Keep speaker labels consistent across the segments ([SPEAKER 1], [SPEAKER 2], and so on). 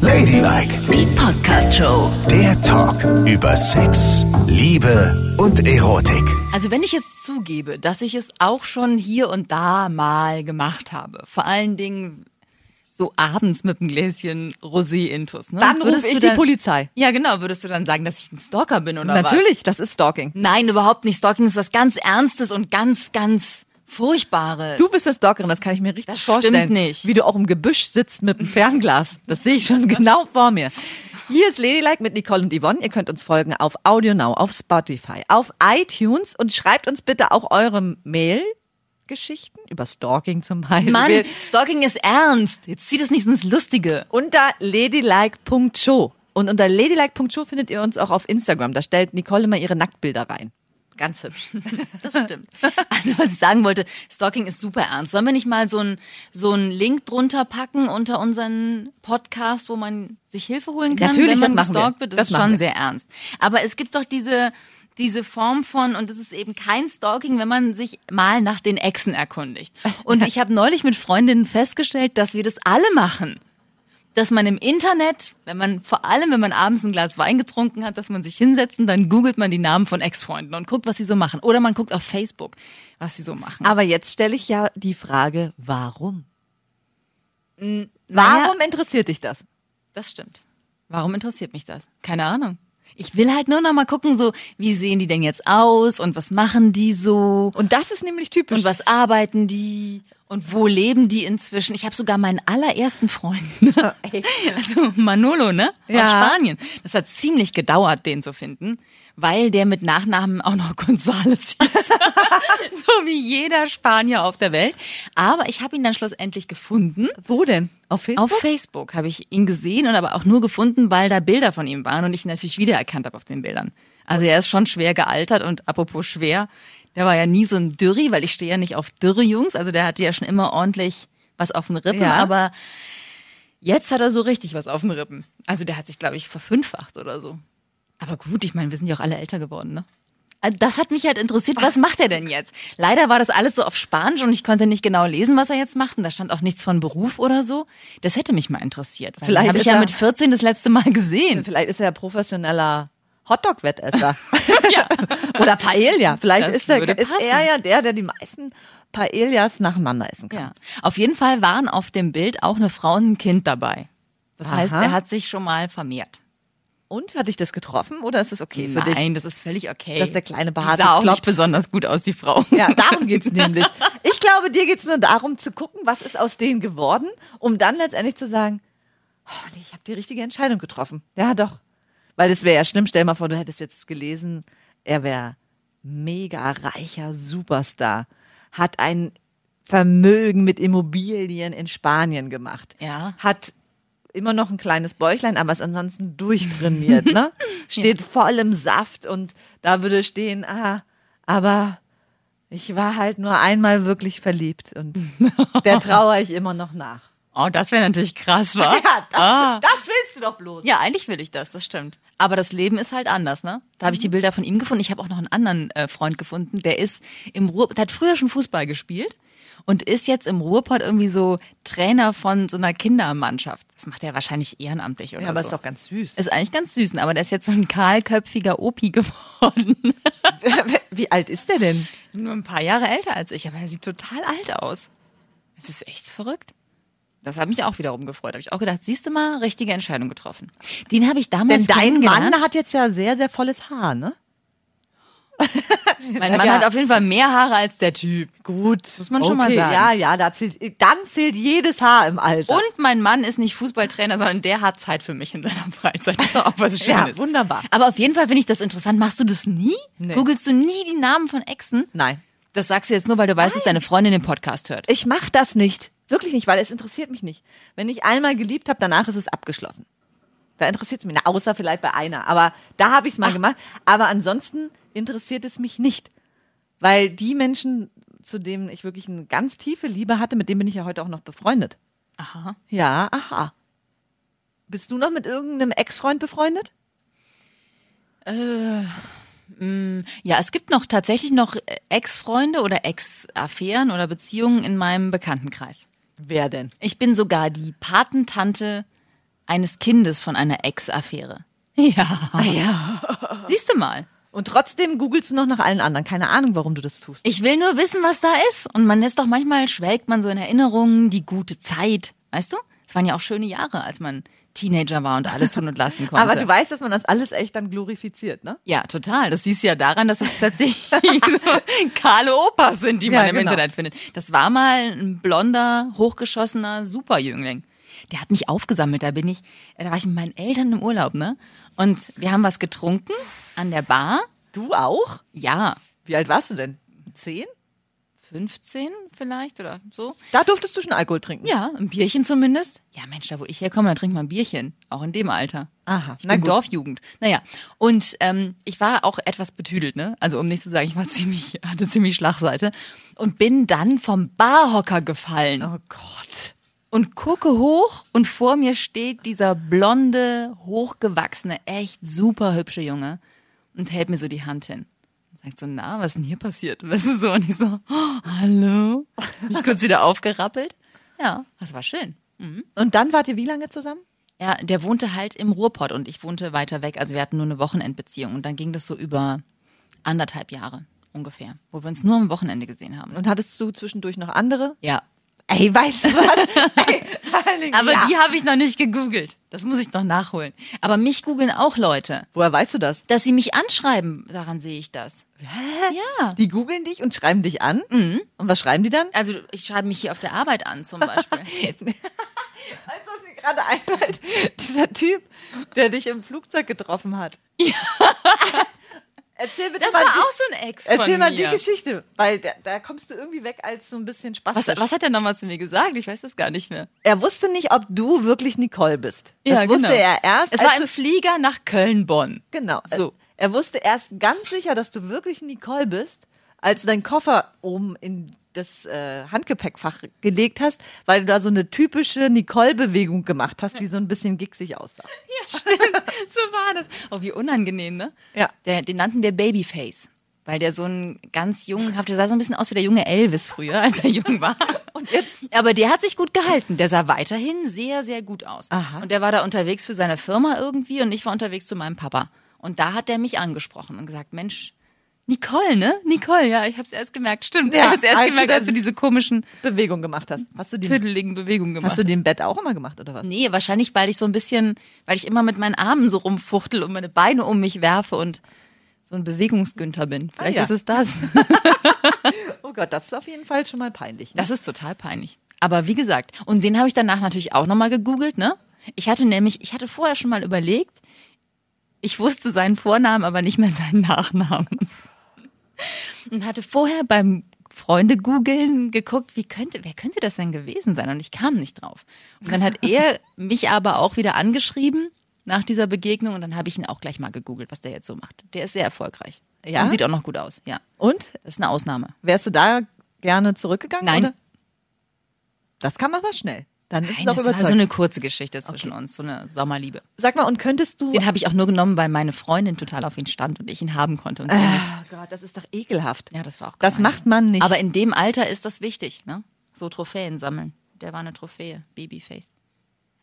[SPEAKER 1] Ladylike,
[SPEAKER 2] Die Podcast Show.
[SPEAKER 1] der Talk über Sex, Liebe und Erotik.
[SPEAKER 3] Also wenn ich jetzt zugebe, dass ich es auch schon hier und da mal gemacht habe, vor allen Dingen so abends mit einem Gläschen Rosé-Intus. Ne?
[SPEAKER 4] Dann rufe
[SPEAKER 3] Würdest du
[SPEAKER 4] ich die Polizei.
[SPEAKER 3] Ja genau, würdest du dann sagen, dass ich ein Stalker bin oder was?
[SPEAKER 4] Natürlich, das ist Stalking.
[SPEAKER 3] Nein, überhaupt nicht. Stalking ist was ganz Ernstes und ganz, ganz Furchtbares.
[SPEAKER 4] Du bist der Stalkerin, das kann ich mir richtig
[SPEAKER 3] Das stimmt
[SPEAKER 4] vorstellen.
[SPEAKER 3] nicht.
[SPEAKER 4] Wie du auch im Gebüsch sitzt mit dem Fernglas. Das sehe ich schon genau vor mir. Hier ist Ladylike mit Nicole und Yvonne. Ihr könnt uns folgen auf AudioNow, auf Spotify, auf iTunes und schreibt uns bitte auch eure Mail-Geschichten über Stalking zum Beispiel.
[SPEAKER 3] Mann, Stalking ist ernst. Jetzt zieht es nicht ins Lustige.
[SPEAKER 4] unter ladylike.show. Und unter ladylike.show findet ihr uns auch auf Instagram. Da stellt Nicole immer ihre Nacktbilder rein. Ganz hübsch.
[SPEAKER 3] Das stimmt. Also was ich sagen wollte, Stalking ist super ernst. Sollen wir nicht mal so einen so einen Link drunter packen unter unseren Podcast, wo man sich Hilfe holen kann,
[SPEAKER 4] Natürlich,
[SPEAKER 3] wenn man
[SPEAKER 4] das machen wir.
[SPEAKER 3] gestalkt wird? Das,
[SPEAKER 4] Das
[SPEAKER 3] ist
[SPEAKER 4] machen
[SPEAKER 3] schon
[SPEAKER 4] wir.
[SPEAKER 3] sehr ernst. Aber es gibt doch diese diese Form von und das ist eben kein Stalking, wenn man sich mal nach den Exen erkundigt. Und ich habe neulich mit Freundinnen festgestellt, dass wir das alle machen dass man im Internet, wenn man vor allem, wenn man abends ein Glas Wein getrunken hat, dass man sich hinsetzt und dann googelt man die Namen von Ex-Freunden und guckt, was sie so machen. Oder man guckt auf Facebook, was sie so machen.
[SPEAKER 4] Aber jetzt stelle ich ja die Frage, warum?
[SPEAKER 3] Naja,
[SPEAKER 4] Warum interessiert dich das?
[SPEAKER 3] Das stimmt. Warum interessiert mich das? Keine Ahnung. Ich will halt nur noch mal gucken, so wie sehen die denn jetzt aus und was machen die so
[SPEAKER 4] Und das ist nämlich typisch.
[SPEAKER 3] und was arbeiten die und wo leben die inzwischen? Ich habe sogar meinen allerersten Freund, ne? also Manolo, ne, aus
[SPEAKER 4] Ja.
[SPEAKER 3] Spanien. Das hat ziemlich gedauert, den zu finden, weil der mit Nachnamen auch noch Gonzales hieß, so wie jeder Spanier auf der Welt. Aber ich habe ihn dann schlussendlich gefunden.
[SPEAKER 4] Wo denn? Auf Facebook?
[SPEAKER 3] Auf Facebook habe ich ihn gesehen und aber auch nur gefunden, weil da Bilder von ihm waren und ich ihn natürlich wiedererkannt habe auf den Bildern. Also er ist schon schwer gealtert und apropos schwer, der war ja nie so ein Dürri, weil ich stehe ja nicht auf Dürre-Jungs. Also der hatte ja schon immer ordentlich was auf den Rippen,
[SPEAKER 4] Ja.
[SPEAKER 3] aber jetzt hat er so richtig was auf den Rippen. Also der hat sich, glaube ich, verfünffacht oder so. Aber gut, ich meine, wir sind ja auch alle älter geworden, ne? Also das hat mich halt interessiert, was macht er denn jetzt? Leider war das alles so auf Spanisch und ich konnte nicht genau lesen, was er jetzt macht. Und da stand auch nichts von Beruf oder so. Das hätte mich mal interessiert. Weil
[SPEAKER 4] Vielleicht
[SPEAKER 3] Vielleicht habe ich
[SPEAKER 4] ist
[SPEAKER 3] ja
[SPEAKER 4] er-
[SPEAKER 3] mit 14 das letzte Mal gesehen.
[SPEAKER 4] Vielleicht ist er ja professioneller Hotdog-Wettesser.
[SPEAKER 3] ja.
[SPEAKER 4] Oder Paella. Vielleicht
[SPEAKER 3] Das
[SPEAKER 4] ist, er,
[SPEAKER 3] würde
[SPEAKER 4] ist
[SPEAKER 3] passen.
[SPEAKER 4] er ja der, der die meisten Paellas nacheinander essen kann.
[SPEAKER 3] ja. Auf jeden Fall waren auf dem Bild auch eine Frau und ein Kind dabei. Das heißt,
[SPEAKER 4] Aha.
[SPEAKER 3] er hat sich schon mal vermehrt.
[SPEAKER 4] Und hat dich das getroffen oder ist es okay für dich?
[SPEAKER 3] Nein, das ist völlig okay.
[SPEAKER 4] Dass der
[SPEAKER 3] Die
[SPEAKER 4] kleine behaarte
[SPEAKER 3] sah auch
[SPEAKER 4] Klops-
[SPEAKER 3] nicht besonders gut aus, die Frau.
[SPEAKER 4] Ja, darum geht's nämlich. Ich glaube, dir geht's nur darum zu gucken, was ist aus denen geworden, um dann letztendlich zu sagen, oh, nee, ich habe die richtige Entscheidung getroffen. Ja, doch. Weil das wäre ja schlimm. Stell mal vor, du hättest jetzt gelesen, er wäre mega reicher Superstar, hat ein Vermögen mit Immobilien in Spanien gemacht.
[SPEAKER 3] Ja.
[SPEAKER 4] Hat immer noch ein kleines Bäuchlein, aber ist ansonsten durchtrainiert, ne? Steht voll im Saft und da würde stehen, ah, aber ich war halt nur einmal wirklich verliebt und der trauere ich immer noch nach.
[SPEAKER 3] Oh, das wäre natürlich krass, wa?
[SPEAKER 4] Ja, das,
[SPEAKER 3] ah.
[SPEAKER 4] das willst du doch bloß.
[SPEAKER 3] Ja, eigentlich will ich das, das stimmt. Aber das Leben ist halt anders, ne? Da habe ich die
[SPEAKER 4] Mhm.
[SPEAKER 3] Bilder von ihm gefunden. Ich habe auch noch einen anderen äh, Freund gefunden, der ist im Ruhr, der hat früher schon Fußball gespielt und ist jetzt im Ruhrpott irgendwie so Trainer von so einer Kindermannschaft. Das macht er wahrscheinlich ehrenamtlich oder
[SPEAKER 4] Ja, aber
[SPEAKER 3] so.
[SPEAKER 4] ist doch ganz süß.
[SPEAKER 3] ist eigentlich ganz süß, aber der ist jetzt so ein kahlköpfiger Opi geworden.
[SPEAKER 4] Wie alt ist der denn?
[SPEAKER 3] Nur ein paar Jahre älter als ich, aber er sieht total alt aus. Es ist echt verrückt. Das hat mich auch wiederum gefreut. Habe ich auch gedacht, siehst du mal, richtige Entscheidung getroffen. Den habe ich damals
[SPEAKER 4] Denn dein Mann
[SPEAKER 3] kennengelernt.
[SPEAKER 4] hat jetzt ja sehr, sehr volles Haar, ne?
[SPEAKER 3] Mein Mann
[SPEAKER 4] Ja.
[SPEAKER 3] hat auf jeden Fall mehr Haare als der Typ.
[SPEAKER 4] Gut.
[SPEAKER 3] Muss man schon mal sagen.
[SPEAKER 4] Ja, ja, da zählt, dann zählt jedes Haar im Alter.
[SPEAKER 3] Und mein Mann ist nicht Fußballtrainer, sondern der hat Zeit für mich in seiner Freizeit. Das ist doch auch was Schönes.
[SPEAKER 4] Ja, wunderbar.
[SPEAKER 3] Aber auf jeden Fall finde ich das interessant. Machst du das nie?
[SPEAKER 4] Nee.
[SPEAKER 3] Googelst du nie die Namen von Exen?
[SPEAKER 4] Nein.
[SPEAKER 3] Das sagst du jetzt nur, weil du weißt, dass deine Freundin den Podcast hört.
[SPEAKER 4] Ich mache das nicht. Wirklich nicht, weil es interessiert mich nicht. Wenn ich einmal geliebt habe, danach ist es abgeschlossen. Da interessiert es mich, na, außer vielleicht bei einer. Aber da habe ich es mal gemacht. Aber ansonsten interessiert es mich nicht. Weil die Menschen, zu denen ich wirklich eine ganz tiefe Liebe hatte, mit denen bin ich ja heute auch noch befreundet.
[SPEAKER 3] Aha.
[SPEAKER 4] Ja, aha. Bist du noch mit irgendeinem Ex-Freund befreundet?
[SPEAKER 3] Ja, es gibt noch tatsächlich noch äh, Ex-Freunde oder Ex-Affären oder Beziehungen in meinem Bekanntenkreis.
[SPEAKER 4] Wer denn?
[SPEAKER 3] Ich bin sogar die Patentante eines Kindes von einer Ex-Affäre. Ja.
[SPEAKER 4] Ah, Ja.
[SPEAKER 3] Siehst du mal.
[SPEAKER 4] Und trotzdem googelst du noch nach allen anderen. Keine Ahnung, warum du das tust.
[SPEAKER 3] Ich will nur wissen, was da ist. Und man ist doch manchmal, schwelgt man so in Erinnerungen, die gute Zeit. Weißt du? Es waren ja auch schöne Jahre, als man Teenager war und alles tun und lassen konnte.
[SPEAKER 4] Aber du weißt, dass man das alles echt dann glorifiziert, ne?
[SPEAKER 3] Ja, total. Das siehst du ja daran, dass es plötzlich so kahle Opas sind, die man
[SPEAKER 4] Ja,
[SPEAKER 3] im
[SPEAKER 4] genau.
[SPEAKER 3] Internet findet. Das war mal ein blonder, hochgeschossener Superjüngling. Der hat mich aufgesammelt. Da bin ich, da war ich mit meinen Eltern im Urlaub, ne? Und wir haben was getrunken an der Bar.
[SPEAKER 4] Du auch?
[SPEAKER 3] Ja,
[SPEAKER 4] Wie alt warst du denn? Zehn?
[SPEAKER 3] 15 vielleicht oder so.
[SPEAKER 4] Da durftest du schon Alkohol trinken.
[SPEAKER 3] Ja, ein Bierchen zumindest. Ja, Mensch, da wo ich herkomme, da trinkt man ein Bierchen. Auch in dem Alter.
[SPEAKER 4] Aha,
[SPEAKER 3] Ich
[SPEAKER 4] na
[SPEAKER 3] bin
[SPEAKER 4] gut.
[SPEAKER 3] Dorfjugend. Naja, und ähm, ich war auch etwas betüdelt, ne? Also um nicht zu sagen, ich war ziemlich, hatte ziemlich Schlagseite. Und bin dann vom Barhocker gefallen
[SPEAKER 4] Oh Gott.
[SPEAKER 3] und gucke hoch und vor mir steht dieser blonde, hochgewachsene, echt super hübsche Junge und hält mir so die Hand hin. Und sagt so, na, was ist denn hier passiert? Weißt du so? Und ich so, oh, hallo? Mich kurz wieder aufgerappelt. Ja, das war schön.
[SPEAKER 4] Und dann wart ihr wie lange zusammen?
[SPEAKER 3] Ja, der wohnte halt im Ruhrpott und ich wohnte weiter weg. Also wir hatten nur eine Wochenendbeziehung und dann ging das so über anderthalb Jahre ungefähr, wo wir uns nur am Wochenende gesehen haben.
[SPEAKER 4] Und hattest du zwischendurch noch andere?
[SPEAKER 3] Ja.
[SPEAKER 4] Ey, weißt du was? Ey, vor allen Dingen,
[SPEAKER 3] Aber
[SPEAKER 4] ja.
[SPEAKER 3] die habe ich noch nicht gegoogelt. Das muss ich noch nachholen. Aber mich googeln auch Leute.
[SPEAKER 4] Woher weißt du das?
[SPEAKER 3] Dass sie mich anschreiben, daran sehe ich das. Ja.
[SPEAKER 4] Die googeln dich und schreiben dich an. Und was schreiben die dann?
[SPEAKER 3] Also ich schreibe mich hier auf der Arbeit an zum Beispiel.
[SPEAKER 4] Weißt du, was mir gerade einfällt? Dieser Typ, der dich im Flugzeug getroffen hat. Ja. Erzähl bitte
[SPEAKER 3] Das
[SPEAKER 4] mal
[SPEAKER 3] war
[SPEAKER 4] die,
[SPEAKER 3] auch so ein Ex
[SPEAKER 4] Erzähl
[SPEAKER 3] von
[SPEAKER 4] mal
[SPEAKER 3] mir.
[SPEAKER 4] die Geschichte, weil da, da kommst du irgendwie weg als so ein bisschen Spaß.
[SPEAKER 3] was, was hat er nochmal zu mir gesagt? Ich weiß das gar nicht mehr.
[SPEAKER 4] Er wusste nicht, ob du wirklich Nicole bist. Das
[SPEAKER 3] Ja,
[SPEAKER 4] wusste
[SPEAKER 3] genau.
[SPEAKER 4] er erst.
[SPEAKER 3] Es war
[SPEAKER 4] als
[SPEAKER 3] im Flieger nach Köln-Bonn.
[SPEAKER 4] du, genau.
[SPEAKER 3] So.
[SPEAKER 4] Er wusste erst ganz sicher, dass du wirklich Nicole bist, als du deinen Koffer oben in das äh, Handgepäckfach gelegt hast, weil du da so eine typische Nicole-Bewegung gemacht hast, die so ein bisschen gicksig aussah.
[SPEAKER 3] So war das. Oh, wie unangenehm, ne?
[SPEAKER 4] Ja.
[SPEAKER 3] Der, den nannten wir Babyface. Weil der so ein ganz jungenhaft, der sah so ein bisschen aus wie der junge Elvis früher, als er jung war.
[SPEAKER 4] Und jetzt?
[SPEAKER 3] Aber der hat sich gut gehalten. Der sah weiterhin sehr, sehr gut aus.
[SPEAKER 4] Aha.
[SPEAKER 3] Und der war da unterwegs für seine Firma irgendwie und ich war unterwegs zu meinem Papa. Und da hat der mich angesprochen und gesagt, Mensch, Nicole, ne? Nicole, ja, ich hab's erst gemerkt. Stimmt,
[SPEAKER 4] Ja,
[SPEAKER 3] ich hab's erst
[SPEAKER 4] als du
[SPEAKER 3] gemerkt, als
[SPEAKER 4] das-
[SPEAKER 3] du diese komischen,
[SPEAKER 4] Bewegung gemacht hast. Hast du die,
[SPEAKER 3] tüdeligen Bewegungen gemacht
[SPEAKER 4] hast du die im Bett auch immer gemacht, oder was?
[SPEAKER 3] Nee, wahrscheinlich, weil ich so ein bisschen, weil ich immer mit meinen Armen so rumfuchtel und meine Beine um mich werfe und so ein Bewegungsgünter bin. Vielleicht
[SPEAKER 4] ja.
[SPEAKER 3] ist es das.
[SPEAKER 4] Oh Gott, das ist auf jeden Fall schon mal peinlich. Ne?
[SPEAKER 3] Das ist total peinlich. Aber wie gesagt, und den habe ich danach natürlich auch nochmal gegoogelt, ne? Ich hatte nämlich, ich hatte vorher schon mal überlegt, ich wusste seinen Vornamen, aber nicht mehr seinen Nachnamen. Und hatte vorher beim Freunde googeln geguckt, wie könnte, wer könnte das denn gewesen sein? Und ich kam nicht drauf. Und dann hat er mich aber auch wieder angeschrieben nach dieser Begegnung und dann habe ich ihn auch gleich mal gegoogelt, was der jetzt so macht. Der ist sehr erfolgreich.
[SPEAKER 4] Ja?
[SPEAKER 3] Und sieht auch noch gut aus, ja.
[SPEAKER 4] Und
[SPEAKER 3] Das ist eine Ausnahme.
[SPEAKER 4] wärst du da gerne zurückgegangen?
[SPEAKER 3] Nein.
[SPEAKER 4] Oder? Das kann man aber schnell. Dann ist
[SPEAKER 3] Nein,
[SPEAKER 4] es auch
[SPEAKER 3] das war
[SPEAKER 4] überzeugt.
[SPEAKER 3] so eine kurze Geschichte zwischen uns, so eine Sommerliebe.
[SPEAKER 4] Sag mal, und könntest du.
[SPEAKER 3] Den habe ich auch nur genommen, weil meine Freundin total auf ihn stand und ich ihn haben konnte. Und sie nicht.
[SPEAKER 4] Ah, Gott, das ist doch ekelhaft.
[SPEAKER 3] Ja, das war auch
[SPEAKER 4] Das
[SPEAKER 3] gemein.
[SPEAKER 4] macht man nicht.
[SPEAKER 3] Aber in dem Alter ist das wichtig, ne? So Trophäen sammeln. Der war eine Trophäe, Babyface.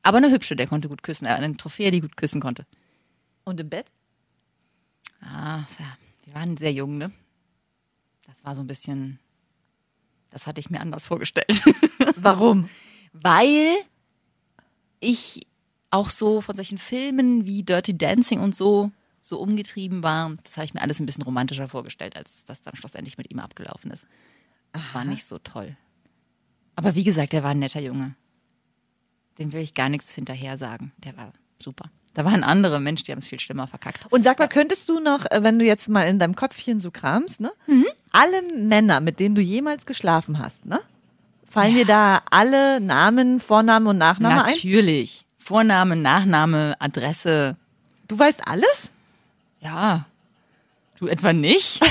[SPEAKER 3] Aber eine hübsche, der konnte gut küssen. Äh, Eine Trophäe, die gut küssen konnte.
[SPEAKER 4] und im Bett?
[SPEAKER 3] Ah, so, wir waren sehr jung, ne? Das war so ein bisschen. Das hatte ich mir anders vorgestellt.
[SPEAKER 4] Warum?
[SPEAKER 3] weil ich auch so von solchen Filmen wie Dirty Dancing und so so umgetrieben war. Das habe ich mir alles ein bisschen romantischer vorgestellt, als das dann schlussendlich mit ihm abgelaufen ist. Das war nicht so toll. Aber wie gesagt, der war ein netter Junge. Dem will ich gar nichts hinterher sagen. Der war super. Da waren andere Menschen, die haben es viel schlimmer verkackt.
[SPEAKER 4] Und sag mal, könntest du noch, äh, wenn du jetzt mal in deinem Köpfchen so kramst, ne? Alle Männer, mit denen du jemals geschlafen hast, ne? Fallen dir da alle Namen, Vornamen und Nachnamen ein?
[SPEAKER 3] Natürlich. Vorname, Nachname, Adresse.
[SPEAKER 4] Du weißt alles?
[SPEAKER 3] Ja. Du etwa nicht?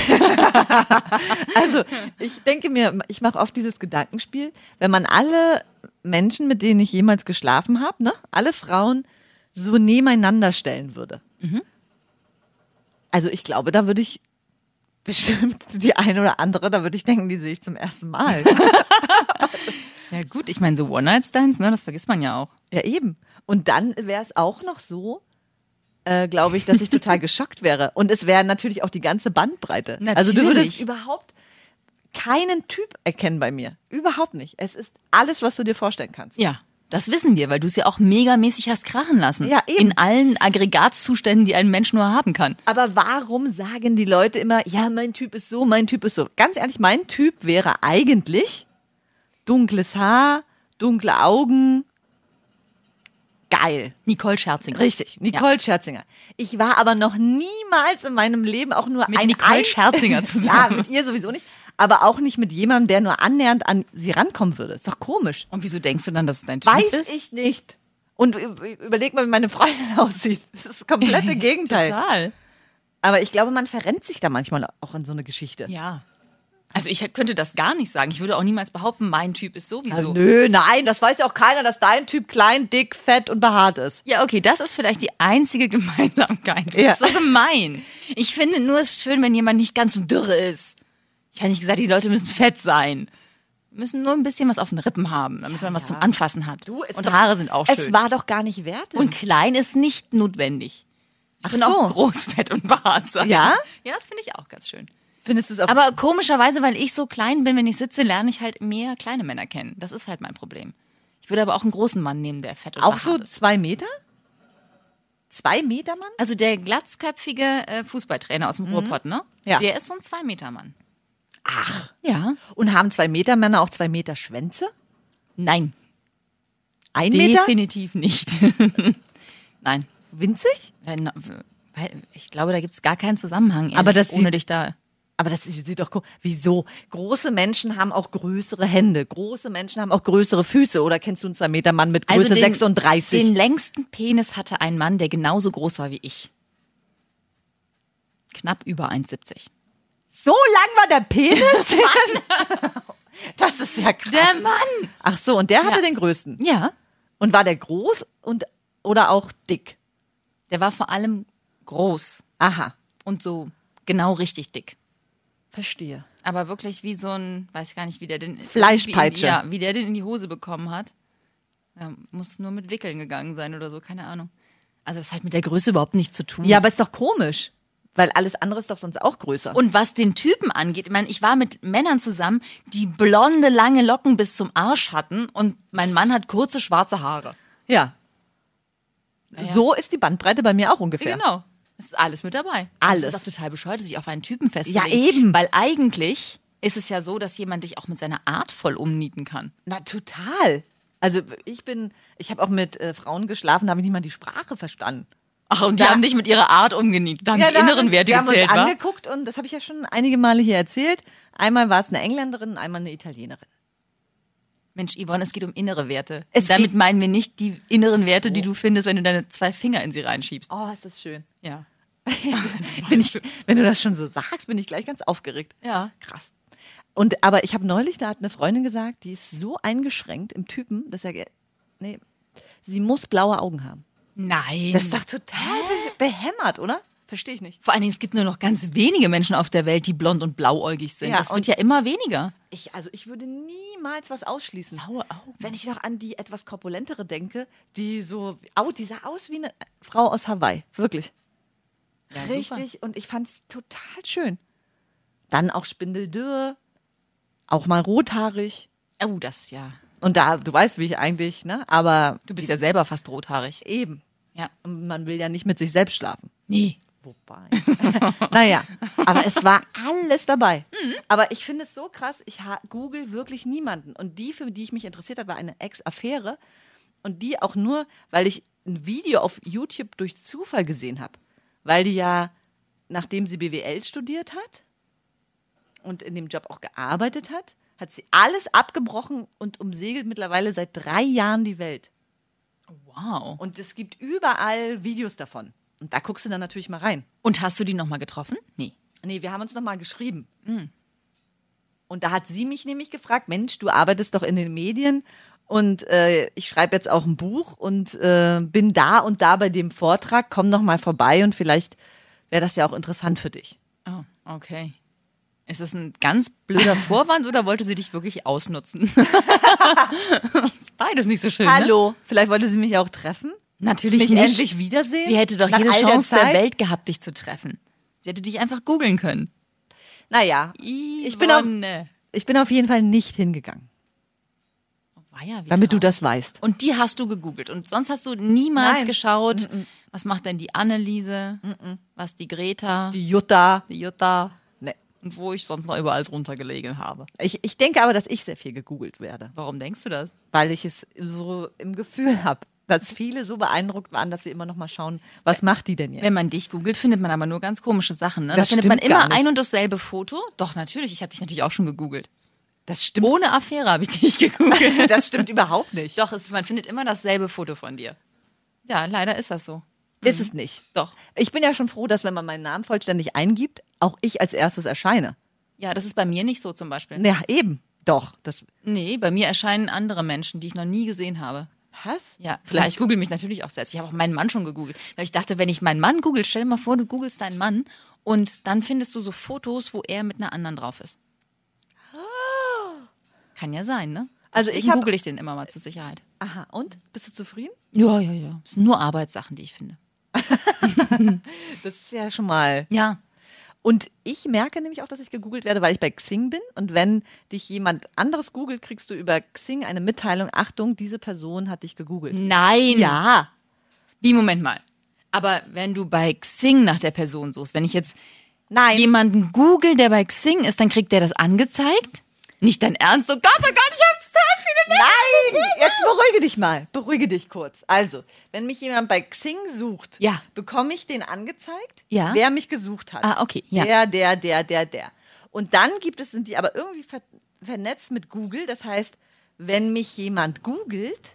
[SPEAKER 4] Also, ich denke mir, ich mache oft dieses Gedankenspiel, wenn man alle Menschen, mit denen ich jemals geschlafen habe, ne, alle Frauen so nebeneinander stellen würde. Also, ich glaube, da würde ich bestimmt die eine oder andere, da würde ich denken, die sehe ich zum ersten Mal.
[SPEAKER 3] Ja gut, ich meine so One-Night-Stands, ne, das vergisst man ja auch.
[SPEAKER 4] ja, eben. Und dann wäre es auch noch so, äh, glaube ich, dass ich total geschockt wäre. Und es wäre natürlich auch die ganze Bandbreite. Also du würdest
[SPEAKER 3] Natürlich.
[SPEAKER 4] überhaupt keinen Typ erkennen bei mir. Überhaupt nicht. Es ist alles, was du dir vorstellen kannst.
[SPEAKER 3] Ja, das wissen wir, weil du es ja auch megamäßig hast krachen lassen.
[SPEAKER 4] Ja, eben.
[SPEAKER 3] In allen Aggregatzuständen, die ein Mensch nur haben kann.
[SPEAKER 4] Aber warum sagen die Leute immer, ja, mein Typ ist so, mein Typ ist so? Ganz ehrlich, mein Typ wäre eigentlich dunkles Haar, dunkle Augen. Geil.
[SPEAKER 3] Nicole Scherzinger.
[SPEAKER 4] Richtig, Nicole Scherzinger. Ich war aber noch niemals in meinem Leben auch nur
[SPEAKER 3] Mit
[SPEAKER 4] ein
[SPEAKER 3] Nicole
[SPEAKER 4] ein-
[SPEAKER 3] Scherzinger zusammen.
[SPEAKER 4] ja, mit ihr sowieso nicht. Aber auch nicht mit jemandem, der nur annähernd an sie rankommen würde. Ist doch komisch.
[SPEAKER 3] Und wieso denkst du dann, dass es dein Typ
[SPEAKER 4] Weiß
[SPEAKER 3] ist?
[SPEAKER 4] ich nicht. Und ü- überleg mal, wie meine Freundin aussieht. Das ist das komplette Gegenteil.
[SPEAKER 3] Total.
[SPEAKER 4] Aber ich glaube, man verrennt sich da manchmal auch in so eine Geschichte.
[SPEAKER 3] Ja. Also ich könnte das gar nicht sagen. Ich würde auch niemals behaupten, mein Typ ist
[SPEAKER 4] Also,
[SPEAKER 3] sowieso.
[SPEAKER 4] nö, nein, das weiß ja auch keiner, dass dein Typ klein, dick, fett und behaart ist.
[SPEAKER 3] Ja, okay, das ist vielleicht die einzige Gemeinsamkeit. Das
[SPEAKER 4] Ja.
[SPEAKER 3] ist so gemein. Ich finde nur es ist schön, wenn jemand nicht ganz so dürre ist. Ich habe nicht gesagt, die Leute müssen fett sein. Müssen nur ein bisschen was auf den Rippen haben, damit man was zum Anfassen hat.
[SPEAKER 4] es
[SPEAKER 3] Und
[SPEAKER 4] doch-
[SPEAKER 3] Haare sind auch schön.
[SPEAKER 4] Es war doch gar nicht wert.
[SPEAKER 3] Und klein ist nicht notwendig. Ich
[SPEAKER 4] Ach
[SPEAKER 3] bin
[SPEAKER 4] so.
[SPEAKER 3] auch groß, fett und behaart sein.
[SPEAKER 4] Ja?
[SPEAKER 3] Ja, das finde ich auch ganz schön.
[SPEAKER 4] findest du es auch
[SPEAKER 3] Aber komischerweise, weil ich so klein bin, wenn ich sitze, lerne ich halt mehr kleine Männer kennen. Das ist halt mein Problem. Ich würde aber auch einen großen Mann nehmen, der fett und
[SPEAKER 4] auch
[SPEAKER 3] behaart
[SPEAKER 4] so
[SPEAKER 3] ist.
[SPEAKER 4] zwei Meter? Zwei Meter, Mann?
[SPEAKER 3] Also der glatzköpfige äh, Fußballtrainer aus dem Ruhrpott, ne?
[SPEAKER 4] Ja.
[SPEAKER 3] Der ist so ein Zwei-Meter-Mann. Ach. Ja.
[SPEAKER 4] Und haben zwei Meter Männer auch zwei Meter Schwänze?
[SPEAKER 3] Nein.
[SPEAKER 4] Ein Meter?
[SPEAKER 3] Definitiv nicht. Nein.
[SPEAKER 4] Winzig?
[SPEAKER 3] Äh, na, weil Ich glaube, da gibt es gar keinen Zusammenhang.
[SPEAKER 4] Aber
[SPEAKER 3] ehrlich,
[SPEAKER 4] das
[SPEAKER 3] ohne
[SPEAKER 4] sieht-
[SPEAKER 3] dich da.
[SPEAKER 4] Aber das sieht doch, ko- wieso? Große Menschen haben auch größere Hände. Große Menschen haben auch größere Füße. Oder kennst du einen zwei Meter Mann mit Größe 36?
[SPEAKER 3] Also Den längsten Penis hatte ein Mann, der genauso groß war wie ich. Knapp über 1,70.
[SPEAKER 4] so lang war der Penis? das ist ja krass.
[SPEAKER 3] Der Mann!
[SPEAKER 4] Ach so, und der hatte
[SPEAKER 3] Ja.
[SPEAKER 4] den größten.
[SPEAKER 3] Also Ja,
[SPEAKER 4] Und war der groß und oder auch dick?
[SPEAKER 3] der war vor allem groß
[SPEAKER 4] Aha.
[SPEAKER 3] und so genau richtig dick.
[SPEAKER 4] Verstehe.
[SPEAKER 3] Aber wirklich wie so ein, weiß ich gar nicht, wie der den.
[SPEAKER 4] Fleischpeitsche.
[SPEAKER 3] Wie, ja, wie der den in die Hose bekommen hat. Ja, muss nur mit Wickeln gegangen sein oder so, keine Ahnung. Also das hat mit der Größe überhaupt nichts zu tun.
[SPEAKER 4] Ja, aber ist doch komisch. Weil alles andere ist doch sonst auch größer.
[SPEAKER 3] Und was den Typen angeht, ich meine, ich war mit Männern zusammen, die blonde, lange Locken bis zum Arsch hatten und mein Mann hat kurze, schwarze Haare.
[SPEAKER 4] ja.
[SPEAKER 3] ja.
[SPEAKER 4] So ist die Bandbreite bei mir auch ungefähr.
[SPEAKER 3] Genau. Das ist alles mit dabei.
[SPEAKER 4] Alles.
[SPEAKER 3] Das ist doch total bescheuert, sich auf einen Typen festzulegen.
[SPEAKER 4] Ja, eben.
[SPEAKER 3] Weil eigentlich ist es ja so, dass jemand dich auch mit seiner Art voll umnieten kann.
[SPEAKER 4] Na, total. Also ich bin, ich habe auch mit äh, Frauen geschlafen, da habe ich nicht mal die Sprache verstanden.
[SPEAKER 3] Ach, und die
[SPEAKER 4] Da-
[SPEAKER 3] haben dich mit ihrer Art umgenietet. Da haben die
[SPEAKER 4] da haben
[SPEAKER 3] inneren
[SPEAKER 4] uns-
[SPEAKER 3] Werte
[SPEAKER 4] wir haben
[SPEAKER 3] gezählt,
[SPEAKER 4] uns
[SPEAKER 3] wa?
[SPEAKER 4] angeguckt und das habe ich ja schon einige Male hier erzählt. Einmal war es eine Engländerin, einmal eine Italienerin.
[SPEAKER 3] Mensch, Yvonne, es geht um innere Werte.
[SPEAKER 4] Es
[SPEAKER 3] Damit
[SPEAKER 4] geht-
[SPEAKER 3] meinen wir nicht die inneren Werte, die du findest, wenn du deine zwei Finger in sie reinschiebst.
[SPEAKER 4] Oh, ist das schön.
[SPEAKER 3] Ja.
[SPEAKER 4] bin ich, wenn du das schon so sagst, bin ich gleich ganz aufgeregt.
[SPEAKER 3] Ja.
[SPEAKER 4] Krass. Und aber ich habe neulich, da hat eine Freundin gesagt, die ist so eingeschränkt im Typen, dass er ge- nee, sie muss blaue Augen haben.
[SPEAKER 3] Nein.
[SPEAKER 4] Das ist doch total be behämmert, oder? Verstehe ich nicht.
[SPEAKER 3] Vor allen Dingen, es gibt nur noch ganz wenige Menschen auf der Welt, die blond und blauäugig sind.
[SPEAKER 4] Ja,
[SPEAKER 3] das
[SPEAKER 4] und-
[SPEAKER 3] wird ja immer weniger.
[SPEAKER 4] Ich, also ich würde niemals was ausschließen.
[SPEAKER 3] Blaue Augen.
[SPEAKER 4] Wenn ich noch an die etwas korpulentere denke, die so, au, die sah aus wie eine Frau aus Hawaii. Wirklich.
[SPEAKER 3] super.
[SPEAKER 4] Richtig. Und ich fand es total schön. Dann auch Spindeldürr, auch mal rothaarig.
[SPEAKER 3] Oh, das ja.
[SPEAKER 4] Und da, du weißt, wie ich eigentlich, ne? Aber
[SPEAKER 3] Du bist ja selber fast rothaarig.
[SPEAKER 4] eben.
[SPEAKER 3] Ja.
[SPEAKER 4] Und Man will ja nicht mit sich selbst schlafen.
[SPEAKER 3] Nee.
[SPEAKER 4] Wobei. naja, aber es war alles dabei. Aber ich finde es so krass, ich ha- google wirklich niemanden. Und die, für die ich mich interessiert hat, war eine Ex-Affäre. Und die auch nur, weil ich ein Video auf YouTube durch Zufall gesehen habe. Weil die ja, nachdem sie BWL studiert hat und in dem Job auch gearbeitet hat, hat sie alles abgebrochen und umsegelt mittlerweile seit drei Jahren die Welt.
[SPEAKER 3] Wow.
[SPEAKER 4] Und es gibt überall Videos davon. Und da guckst du dann natürlich mal rein.
[SPEAKER 3] Und hast du die nochmal getroffen? Nee.
[SPEAKER 4] Nee, wir haben uns nochmal geschrieben. Hm. Und da hat sie mich nämlich gefragt, Mensch, du arbeitest doch in den Medien und äh, ich schreibe jetzt auch ein Buch und äh, bin da und da bei dem Vortrag, komm nochmal vorbei und vielleicht wäre das ja auch interessant für dich.
[SPEAKER 3] Oh, okay. Ist das ein ganz blöder Vorwand oder wollte sie dich wirklich ausnutzen? ist beides nicht so schön. Ne?
[SPEAKER 4] Hallo, vielleicht wollte sie mich auch treffen,
[SPEAKER 3] Natürlich
[SPEAKER 4] mich
[SPEAKER 3] nicht.
[SPEAKER 4] endlich wiedersehen.
[SPEAKER 3] Sie hätte doch
[SPEAKER 4] nach
[SPEAKER 3] jede
[SPEAKER 4] all
[SPEAKER 3] Chance
[SPEAKER 4] der,
[SPEAKER 3] der,
[SPEAKER 4] Zeit.
[SPEAKER 3] Welt gehabt, dich zu treffen. Sie hätte dich einfach googeln können.
[SPEAKER 4] Naja, ich bin, auf,
[SPEAKER 3] Yvonne.
[SPEAKER 4] ich bin auf jeden Fall nicht hingegangen,
[SPEAKER 3] Oh, weia, wie
[SPEAKER 4] damit du
[SPEAKER 3] traurig.
[SPEAKER 4] das weißt.
[SPEAKER 3] Und die hast du gegoogelt. Und sonst hast du niemals
[SPEAKER 4] Nein. Mm,
[SPEAKER 3] geschaut, was macht denn die Anneliese, was die Greta, die,
[SPEAKER 4] Die Jutta.
[SPEAKER 3] Jutta
[SPEAKER 4] Nee.
[SPEAKER 3] und wo ich sonst noch überall drunter gelegen habe.
[SPEAKER 4] Ich, ich denke aber, dass ich sehr viel gegoogelt werde,
[SPEAKER 3] Warum denkst du das?
[SPEAKER 4] weil ich es so im Gefühl habe, dass viele so beeindruckt waren, dass sie immer noch mal schauen, was macht die denn jetzt?
[SPEAKER 3] Wenn man dich googelt, findet man aber nur ganz komische Sachen. Ne? Da
[SPEAKER 4] Das
[SPEAKER 3] findet man
[SPEAKER 4] stimmt gar
[SPEAKER 3] immer
[SPEAKER 4] nicht.
[SPEAKER 3] ein und dasselbe Foto. Doch, natürlich. Ich habe dich natürlich auch schon gegoogelt.
[SPEAKER 4] das stimmt.
[SPEAKER 3] Ohne Affäre habe ich dich gegoogelt.
[SPEAKER 4] Das stimmt überhaupt nicht.
[SPEAKER 3] Oh. Doch, es, man findet immer dasselbe Foto von dir. Ja, leider ist das so.
[SPEAKER 4] Ist es nicht.
[SPEAKER 3] Doch.
[SPEAKER 4] Ich bin ja schon froh, dass wenn man meinen Namen vollständig eingibt, auch ich als erstes erscheine.
[SPEAKER 3] Ja, das ist bei mir nicht so zum Beispiel.
[SPEAKER 4] Ja, eben. Doch. Das,
[SPEAKER 3] Nee, bei mir erscheinen andere Menschen, die ich noch nie gesehen habe.
[SPEAKER 4] was?
[SPEAKER 3] Ja, klar, ich google mich natürlich auch selbst. Ich habe auch meinen Mann schon gegoogelt. Weil ich dachte, wenn ich meinen Mann google, stell dir mal vor, du googelst deinen Mann und dann findest du so Fotos, wo er mit einer anderen drauf ist. Kann ja sein, ne?
[SPEAKER 4] Also ich
[SPEAKER 3] Deswegen
[SPEAKER 4] hab-
[SPEAKER 3] google Ah. ich den immer mal zur Sicherheit.
[SPEAKER 4] Aha, und? Bist du zufrieden?
[SPEAKER 3] Ja, ja, ja. Es sind nur Arbeitssachen, die ich finde.
[SPEAKER 4] Das ist ja schon mal.
[SPEAKER 3] Ja.
[SPEAKER 4] Und ich merke nämlich auch, dass ich gegoogelt werde, weil ich bei Xing bin. Und wenn dich jemand anderes googelt, kriegst du über Xing eine Mitteilung. Achtung, diese Person hat dich
[SPEAKER 3] Hm.
[SPEAKER 4] gegoogelt.
[SPEAKER 3] Nein.
[SPEAKER 4] Ja.
[SPEAKER 3] Wie, Moment mal. Aber wenn du bei Xing nach der Person suchst, wenn ich jetzt
[SPEAKER 4] Nein.
[SPEAKER 3] jemanden google, der bei Xing ist, dann kriegt der das angezeigt? Nicht dein Ernst? Oh Gott, oh Gott, ich habe total viele Menschen.
[SPEAKER 4] Nein! Jetzt beruhige dich mal. Beruhige dich kurz. Also, wenn mich jemand bei Xing sucht,
[SPEAKER 3] Ja.
[SPEAKER 4] bekomme ich den angezeigt,
[SPEAKER 3] Ja.
[SPEAKER 4] wer mich gesucht hat.
[SPEAKER 3] Ah, okay, ja.
[SPEAKER 4] Der, der, der, der, der. Und dann gibt es, sind die aber irgendwie ver vernetzt mit Google. Das heißt, wenn mich jemand googelt,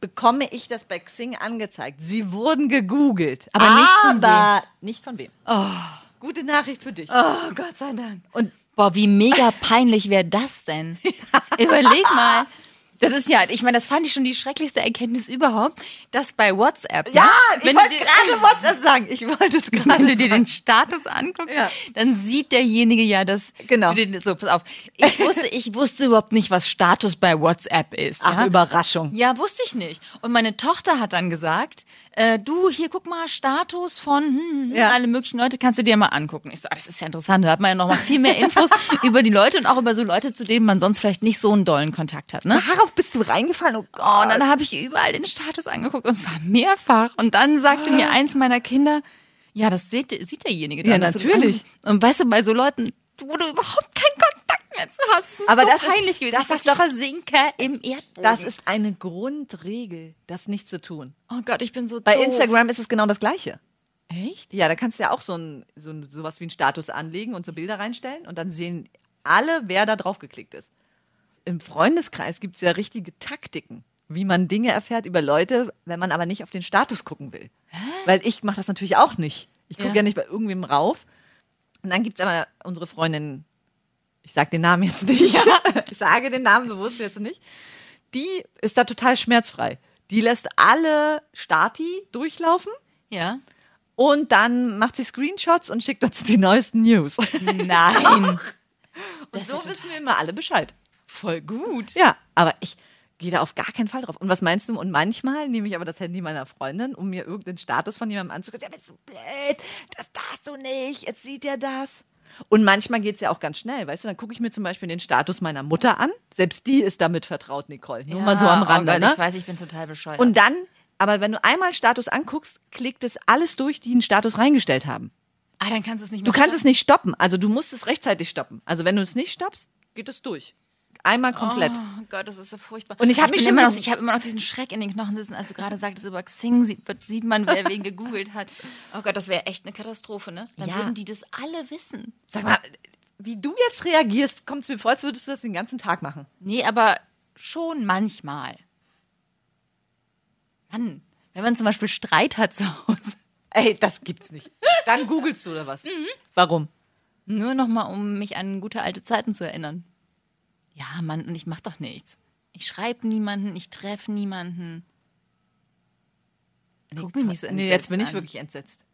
[SPEAKER 4] bekomme ich das bei Xing angezeigt. Sie wurden gegoogelt.
[SPEAKER 3] Aber nicht von
[SPEAKER 4] aber nicht von wem. Gute Nachricht für dich.
[SPEAKER 3] Oh, Gott sei Dank.
[SPEAKER 4] Und
[SPEAKER 3] Boah, wie mega peinlich wäre das denn? Überleg mal. Das ist ja, ich meine, das fand ich schon die schrecklichste Erkenntnis überhaupt, dass bei WhatsApp. ne,
[SPEAKER 4] ja, ich
[SPEAKER 3] wenn du
[SPEAKER 4] wollte
[SPEAKER 3] dir-
[SPEAKER 4] gerade WhatsApp sagen. Ich wollte es gerade
[SPEAKER 3] Wenn du dir
[SPEAKER 4] sagen.
[SPEAKER 3] den Status anguckst,
[SPEAKER 4] Ja.
[SPEAKER 3] dann sieht derjenige ja, dass
[SPEAKER 4] Genau.
[SPEAKER 3] du den, so, pass auf. Ich wusste, ich wusste überhaupt nicht, was Status bei WhatsApp ist.
[SPEAKER 4] Ach,
[SPEAKER 3] ja?
[SPEAKER 4] Überraschung.
[SPEAKER 3] Ja, wusste ich nicht. Und meine Tochter hat dann gesagt, äh, du, hier guck mal, Status von hm, hm,
[SPEAKER 4] Ja.
[SPEAKER 3] alle möglichen Leute kannst du dir mal angucken. Ich so, ah, das ist ja interessant, da hat man ja nochmal viel mehr Infos über die Leute und auch über so Leute, zu denen man sonst vielleicht nicht so einen dollen Kontakt hat, ne?
[SPEAKER 4] Darauf bist du reingefallen. Oh
[SPEAKER 3] Oh,
[SPEAKER 4] Gott.
[SPEAKER 3] und dann habe ich überall den Status angeguckt und zwar mehrfach. Und dann sagte mir eins meiner Kinder, ja, das sieht, sieht derjenige dann.
[SPEAKER 4] Ah.
[SPEAKER 3] dass
[SPEAKER 4] Ja,
[SPEAKER 3] du das
[SPEAKER 4] natürlich.
[SPEAKER 3] angeguckt- Und weißt du, bei so Leuten, wo du überhaupt keinen Kontakt mehr zu hast, ist
[SPEAKER 4] Aber
[SPEAKER 3] so
[SPEAKER 4] das ist-
[SPEAKER 3] peinlich gewesen.
[SPEAKER 4] das
[SPEAKER 3] ich dachte,
[SPEAKER 4] ist doch-
[SPEAKER 3] ich versinke im Erdboden.
[SPEAKER 4] Das ist eine Grundregel, das nicht zu tun.
[SPEAKER 3] oh Gott, ich bin so
[SPEAKER 4] Bei
[SPEAKER 3] doof.
[SPEAKER 4] Instagram ist es genau das Gleiche.
[SPEAKER 3] Echt?
[SPEAKER 4] Ja, da kannst du ja auch so, ein, so ein, sowas wie einen Status anlegen und so Bilder reinstellen und dann sehen alle, wer da drauf geklickt ist. Im Freundeskreis gibt es ja richtige Taktiken, wie man Dinge erfährt über Leute, wenn man aber nicht auf den Status gucken will. Weil ich mache das natürlich auch nicht. Ich gucke
[SPEAKER 3] Ja.
[SPEAKER 4] ja. nicht bei irgendwem rauf. Und dann gibt es aber unsere Freundin, ich sage den Namen jetzt nicht, ich sage den Namen bewusst jetzt nicht, die ist da total schmerzfrei. Die lässt alle Stati durchlaufen
[SPEAKER 3] Ja.
[SPEAKER 4] und dann macht sie Screenshots und schickt uns die neuesten News. Und
[SPEAKER 3] Nein. Das
[SPEAKER 4] so
[SPEAKER 3] ist ja
[SPEAKER 4] wissen wir immer alle Bescheid.
[SPEAKER 3] voll gut.
[SPEAKER 4] Ja, aber ich gehe da auf gar keinen Fall drauf. Und was meinst du? Und manchmal nehme ich aber das Handy meiner Freundin, um mir irgendeinen Status von jemandem anzugucken. Ja, bist du blöd? Das darfst du nicht. Jetzt sieht er das. Und manchmal geht es ja auch ganz schnell, weißt du? Dann gucke ich mir zum Beispiel den Status meiner Mutter an. Selbst die ist damit vertraut, Nicole. Nur mal so am Rande,
[SPEAKER 3] oh Gott,
[SPEAKER 4] ne?
[SPEAKER 3] Ich weiß, ich bin total bescheuert.
[SPEAKER 4] Und dann, aber wenn du einmal Status anguckst, klickt es alles durch, die einen Status reingestellt haben.
[SPEAKER 3] ah, dann kannst du es nicht
[SPEAKER 4] Du
[SPEAKER 3] mehr.
[SPEAKER 4] kannst es nicht stoppen. Also du musst es rechtzeitig stoppen. Also wenn du es nicht stoppst, geht es durch. Einmal komplett.
[SPEAKER 3] Oh Gott, das ist so furchtbar.
[SPEAKER 4] Und ich hab mich
[SPEAKER 3] bin
[SPEAKER 4] schon
[SPEAKER 3] immer
[SPEAKER 4] ge-
[SPEAKER 3] noch, ich habe immer noch diesen Schreck in den Knochen sitzen, als du gerade sagtest über Xing sieht, wird- sieht man, wer wen gegoogelt hat. Oh Gott, das wäre echt eine Katastrophe, ne? Dann
[SPEAKER 4] Ja.
[SPEAKER 3] würden die das alle wissen.
[SPEAKER 4] Sag mal, wie du jetzt reagierst, kommt es mir vor, als würdest du das den ganzen Tag machen.
[SPEAKER 3] Nee, aber schon manchmal. Mann, wenn man zum Beispiel Streit hat zu Hause.
[SPEAKER 4] Ey, das gibt's nicht. Dann googelst du oder was?
[SPEAKER 3] Mhm.
[SPEAKER 4] Warum?
[SPEAKER 3] Nur nochmal, um mich an gute alte Zeiten zu erinnern. Ja, Mann, und ich mach doch nichts. Ich schreibe niemanden, ich treffe niemanden. Guck mich nicht so entsetzt
[SPEAKER 4] Nee, jetzt bin ich
[SPEAKER 3] an.
[SPEAKER 4] wirklich entsetzt.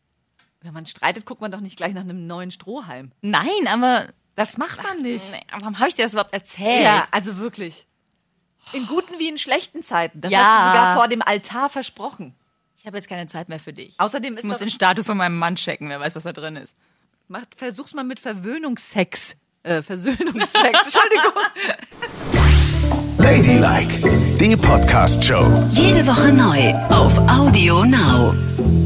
[SPEAKER 4] Wenn man streitet, guckt man doch nicht gleich nach einem neuen Strohhalm.
[SPEAKER 3] Nein, aber
[SPEAKER 4] Das macht man nicht.
[SPEAKER 3] Nee, warum habe ich dir das überhaupt erzählt?
[SPEAKER 4] Ja, also wirklich. In guten wie in schlechten Zeiten. Das
[SPEAKER 3] Ja.
[SPEAKER 4] hast du sogar vor dem Altar versprochen.
[SPEAKER 3] Ich habe jetzt keine Zeit mehr für dich.
[SPEAKER 4] Außerdem ist
[SPEAKER 3] ich muss
[SPEAKER 4] doch-
[SPEAKER 3] den Status von meinem Mann checken, wer weiß, was da drin ist.
[SPEAKER 4] Macht, versuch's mal mit Verwöhnungsex. Äh, Versöhnungsex, Entschuldigung.
[SPEAKER 1] Ladylike, die Podcast-Show.
[SPEAKER 2] Jede Woche neu auf Audio Now.